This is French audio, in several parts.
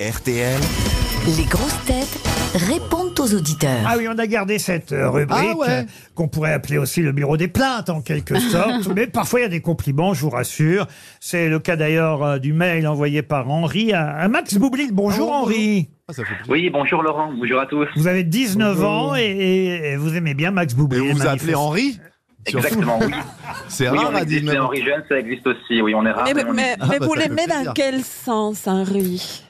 RTL. Les grosses têtes répondent aux auditeurs. Ah oui, on a gardé cette euh, rubrique Ah ouais. euh, qu'on pourrait appeler aussi le bureau des plaintes en quelque sorte. Mais parfois il y a des compliments, je vous rassure. C'est le cas d'ailleurs euh, du mail envoyé par Henri à, à Max Boublil. Bonjour Henri. Ah, ça fait plaisir. Oui, bonjour Laurent, bonjour à tous. Vous avez 19 Bonjour. ans et, et- et vous aimez bien Max Et Boublil. vous vous appelez manifestement. Henri Surtout. Exactement, oui. C'est Oui, rare on à existe, 19 mais ans. Henri Jeune, ça existe aussi. Oui, on est rare. Mais, mais on mais- existe. mais bah, vous ça fait l'aimez dans plaisir. quel sens, Henri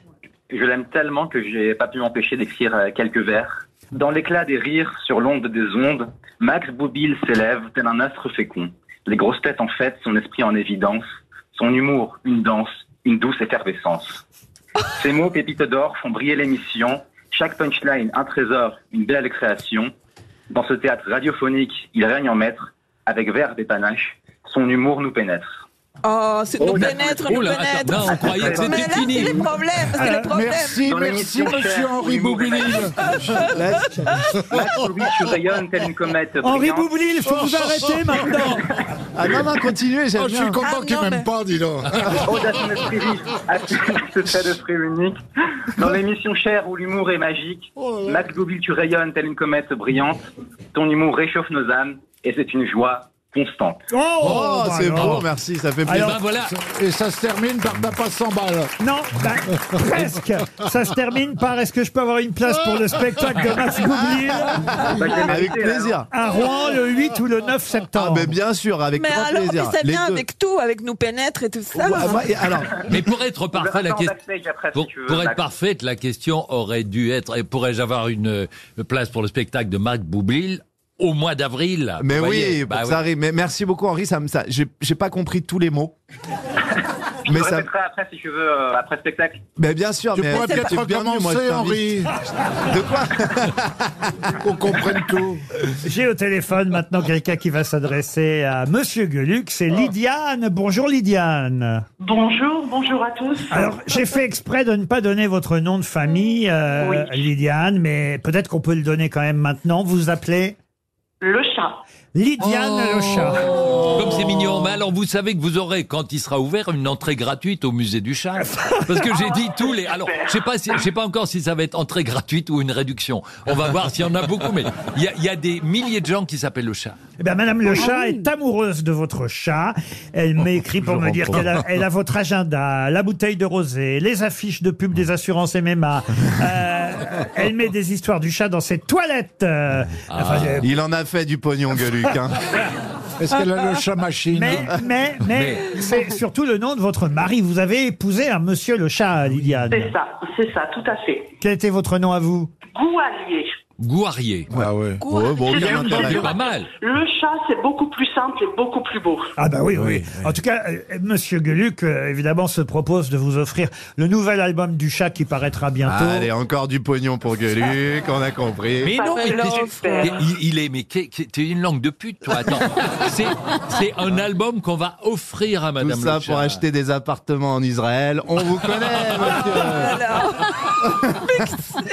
Je l'aime tellement que j'ai pas pu m'empêcher d'écrire euh, quelques vers. Dans l'éclat des rires, sur l'onde des ondes, Max Boublil s'élève tel un astre fécond. Les grosses têtes en fête, son esprit en évidence, son humour, une danse, une douce effervescence. Ces mots pépites d'or font briller l'émission, chaque punchline un trésor, une belle création. Dans ce théâtre radiophonique, il règne en maître, avec verbe et panache, son humour nous pénètre. Oh, c'est Oh nous là, pénètre, Oh nous là, pénètre. attends, non, on croyait que Mais là, c'était fini. c'est le problème, c'est le problème. Ah, Merci, Dans merci, l'émission, monsieur cher, Henri oui, vous Boublil. Max Boublil, tu rayonnes telle une comète. Henri brillante. Boublil, faut vous Oh, arrêter maintenant. Ah non, non, continuez, j'aime Oh, je suis bien. content Ah, qu'il non, mais- m'aime pas, dis donc. Audace et esprit vif, assume ce trait d'esprit unique. Dans l'émission chère où l'humour est magique, Oh Max Boublil, tu rayonnes telle une comète brillante. Ton humour réchauffe nos âmes et c'est une joie constante. Oh, Oh, bah c'est non. beau, merci, ça fait Et plaisir. ben voilà, Et ça se termine par ma passe 100 balles. Non, bah, presque. Ça se termine par est-ce que je peux avoir une place pour le spectacle de Max Boublil Bah, je l'ai Ah, Avec mérité, là, non plaisir. à Rouen le 8 ou le 9 Ah, septembre mais bien sûr, avec Mais grand alors, mais plaisir. ça Les vient deux. avec tout, avec nous pénètre et tout ça. Ouais, moi, et alors, mais pour être On verra parfait, la ça en question. backstage après, si Pour, tu veux, pour être Max. parfaite, la question aurait dû être et pourrais-je avoir une euh, place pour le spectacle de Marc Boublil au mois d'avril mais Vous oui, voyez pour Bah que oui. ça arrive. Mais merci beaucoup, Henri. Ça, me- ça, j'ai j'ai pas compris tous les mots. mais Je ça, répéterai après si tu veux, euh, après spectacle. mais bien sûr. Tu mais pourrais tu es peut-être le bienvenu, moi, je recommencer, t'invite. Henri. De quoi Qu'on comprenne tout. J'ai au téléphone maintenant quelqu'un qui va s'adresser à Monsieur Gueluc, c'est Lydiane. Bonjour Lydiane. Oh. Bonjour, bonjour à tous. Alors j'ai fait exprès de ne pas donner votre nom de famille, euh, Oui. Lydiane, mais peut-être qu'on peut le donner quand même maintenant. Vous vous appelez Le chat. Lydiane Oh. Le Chat. Comme c'est mignon, mais alors vous savez que vous aurez, quand il sera ouvert, une entrée gratuite au musée du chat. Parce que j'ai dit tous les. Alors, je sais pas, si- je sais pas encore si ça va être entrée gratuite ou une réduction. On va voir s'il y en a beaucoup, mais il y a, il y a des milliers de gens qui s'appellent le chat. Eh bien, Madame Le Chat est amoureuse de votre chat. Elle m'écrit pour me dire qu'elle a, elle a votre agenda, la bouteille de rosée, les affiches de pub des assurances MMA. Euh, elle met des histoires du chat dans ses toilettes. euh, enfin, euh, Il en a fait du pognon, Gueluc. Hein. Est-ce qu'elle a le chat machine Mais, mais, mais, c'est surtout le nom de votre mari. Vous avez épousé un monsieur le chat, Lydiane. C'est ça, c'est ça, tout à fait. Quel était votre nom à vous Goualier. Gouarier. Ah ouais. Quoi Ouais, Oh, bon, C'est bien dur, c'est intéressant. C'est dur. pas mal. Le chat, c'est beaucoup plus simple et beaucoup plus beau. Ah bah oui, oui. En tout cas, euh, Monsieur Gueluc, euh, évidemment, se propose de vous offrir le nouvel album du chat qui paraîtra bientôt. Ah, Allez, encore du pognon pour Gueluc, on a compris. Mais Ça non, fait mais t'es- l'offre. t'es- il, il est, mais qu'est- qu'est- t'es une langue de pute, toi. Attends, c'est c'est un album qu'on va offrir à Tout Madame ça le chat. pour acheter des appartements en Israël. On vous connaît, monsieur. Alors,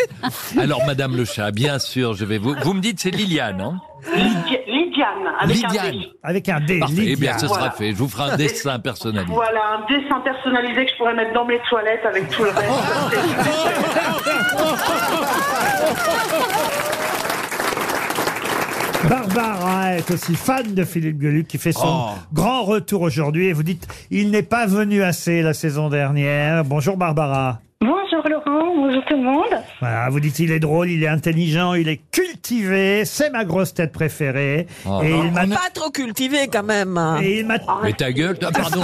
Alors, Madame le chat, bien sûr, je vais vous. Vous me dites, c'est Liliane, hein Lydia- Lydiane, avec un Lydiane. D. Avec un D, Parfait. Eh bien, Lydia. ce sera Voilà. fait. Je vous ferai un dessin personnalisé. Voilà, un dessin personnalisé que je pourrais mettre dans mes toilettes avec tout le Oh, reste. Barbara est aussi fan de Philippe Gueluc qui fait son Oh. grand retour aujourd'hui. Et vous dites, il n'est pas venu assez la saison dernière. Bonjour Barbara. Bonjour Laurent, bonjour tout le monde. Voilà, vous dites, il est drôle, il est intelligent, il est cultivé. C'est ma grosse tête préférée. Oh. Et il m'a- pas trop cultivé quand même. et il m'a Mais ta gueule, toi, pardon.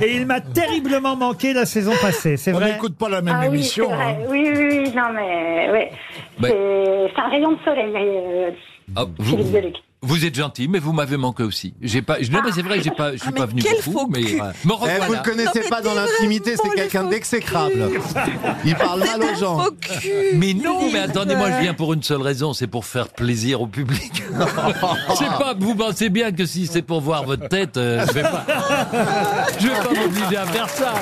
Et, et il m'a terriblement manqué la saison passée, c'est On vrai. n'écoute pas la même Ah oui, émission. c'est vrai. hein. Oui, oui, oui, non, mais ouais. oh. Mais- C'est- C'est un rayon de soleil, euh, Ah, vous, Philippe Deluc. vous êtes gentil, mais vous m'avez manqué aussi. J'ai pas. je- Non, mais c'est vrai, j'ai pas. Je suis Ah, mais pas venu quel beaucoup, faux mais cul. ouais. me Eh, vous revoilà. le connaissez Non, mais pas dans t'es l'intimité, vraiment c'est le quelqu'un faux d'exécrable. Il parle mal aux gens. Au cul. Mais non, mais attendez-moi, je viens pour une seule raison, c'est pour faire plaisir au public. Je sais pas, vous pensez bien que si c'est pour voir votre tête, euh, je vais pas. Je vais pas m'obliger à faire ça.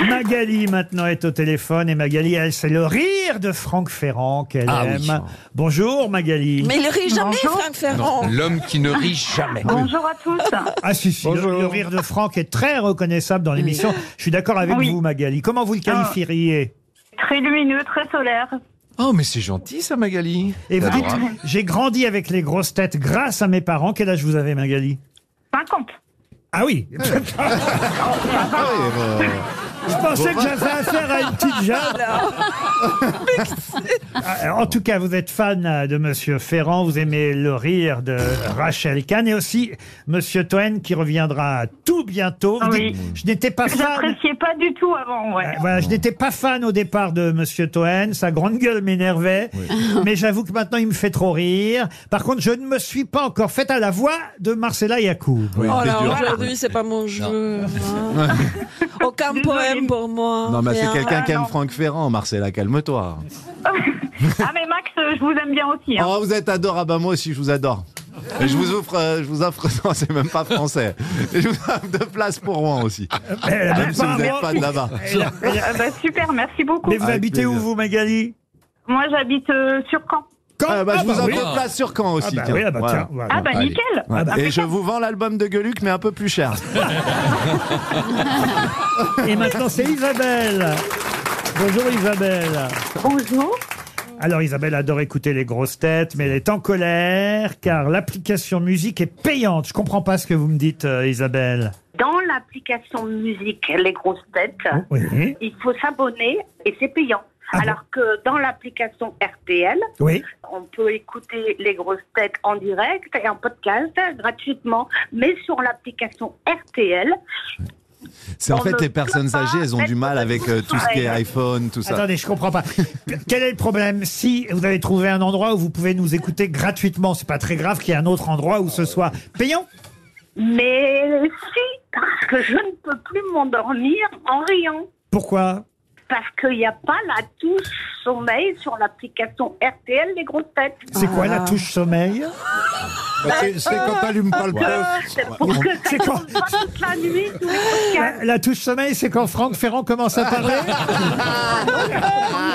Magali maintenant est au téléphone et Magali, elle, c'est le rire de Franck Ferrand qu'elle Ah oui. aime. Bonjour Magali. Mais il rit jamais, Bonjour. Franck Ferrand. L'homme qui ne rit jamais. Bonjour à tous. Ah si, si, le, Bonjour. le rire de Franck est très reconnaissable dans l'émission. Je suis d'accord avec Oui. Ah. vous Magali. Comment vous le qualifieriez Très lumineux, très solaire. Oh, mais c'est gentil ça, Magali. Et vous dites, j'ai grandi avec les grosses têtes grâce à mes parents. Quel âge vous avez Magali 50. Ah oui Je pensais que j'avais affaire à une petite Jeanne. Ah, En tout cas, vous êtes fan euh, de Monsieur Ferrand, vous aimez le rire de Rachel Kahn et aussi Monsieur Toen qui reviendra tout bientôt. Vous Ah Oui. dites, Je n'étais pas Je fan. n'appréciais pas du tout avant, ouais. Euh, Voilà, je n'étais pas fan au départ de Monsieur Toen, sa grande gueule m'énervait, mais j'avoue que maintenant il me fait trop rire. Par contre, je ne me suis pas encore faite à la voix de Marcella Yacoub. Oh là, c'est dur. aujourd'hui, c'est pas mon jeu. Ah. Aucun Désolée. poème pour moi. Non, mais c'est Rien. quelqu'un qui Ah, aime non. Franck Ferrand. Marcella, calme-toi. Ah, mais Max, euh, je vous aime bien aussi. hein. Oh, vous êtes adorable. Ah, Moi aussi, je vous adore. Et je vous offre, euh, je vous offre, non, c'est même pas français. Et je vous offre deux places pour Rouen aussi. Elle a Même même Ah, si vous pas un n'êtes mot. pas de là-bas. Elle Oh. a- elle a- Ah bah, super, merci beaucoup. Mais vous Avec habitez où plaisir. vous, Magali Moi, j'habite euh, sur Caen. Quand Ah, bah, je vous offre oui. deux places sur Caen Ah aussi. bah tiens. oui, ah bah Voilà. tiens, voilà. Ah, bah, allez. nickel. Ouais. Et je Impeccable. vous vends l'album de Gueluc, mais un peu plus cher. Et maintenant, c'est Isabelle. Bonjour Isabelle. Bonjour. Alors Isabelle adore écouter les grosses têtes, mais elle est en colère car l'application musique est payante. Je comprends pas ce que vous me dites, euh, Isabelle. Dans l'application musique, les grosses têtes, Oui. il faut s'abonner et c'est payant. Hein Ah bon Alors que dans l'application RTL, Oui. on peut écouter les grosses têtes en direct et en podcast gratuitement. Mais sur l'application RTL, C'est en On fait ne les peut personnes pas âgées, elles ont du être mal avec euh, tout ce qui est pareil. iPhone, tout ça. Attendez, je comprends pas. Quel est le problème Si vous avez trouvé un endroit où vous pouvez nous écouter gratuitement, c'est pas très grave qu'il y ait un autre endroit où ce soit payant. mais si, parce que je ne peux plus m'endormir en riant. Pourquoi Parce qu'il n'y a pas la touche sommeil sur l'application RTL des grosses têtes. C'est quoi la Ah. touche sommeil Bah, c'est- C'est quand t'allumes pas le poste. C'est pour que ça C'est quoi tombe pas toute la nuit, tous les podcasts. La- La touche sommeil, c'est quand Franck Ferrand commence à parler. Ah.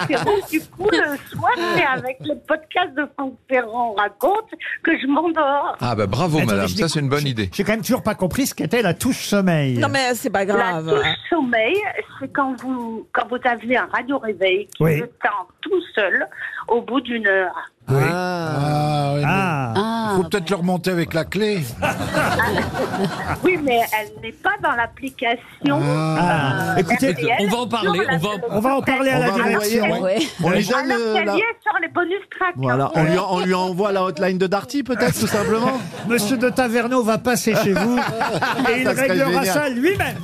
Ferrand, du coup, le soir, c'est avec le podcast de Franck Ferrand raconte que je m'endors. Ah bah bravo Attendez, madame, je ça décou- c'est une bonne idée. J'ai quand même toujours pas compris ce qu'était la touche sommeil. Non, mais c'est Ah, pas La bah. grave. touche sommeil, c'est quand vous, quand vous avez un radio réveil qui Oui. vous tend tout seul au bout d'une heure. Ah, oui, mais Ah. Faut peut-être le remonter avec la clé. Oui, mais elle n'est pas dans l'application. euh, Ah. Écoutez, RTL, on va en parler, sur la on va en- télé. on va en parler à On la va l'envoyer, direction. ouais. On lui donne Alors euh, qu'elle la- y est sur les bonus tracks. Voilà, hein. on lui, en- on lui envoie la hotline de Darty peut-être tout simplement. Monsieur de Taverneau va passer chez vous et il Ça serait réglera génial. ça lui-même.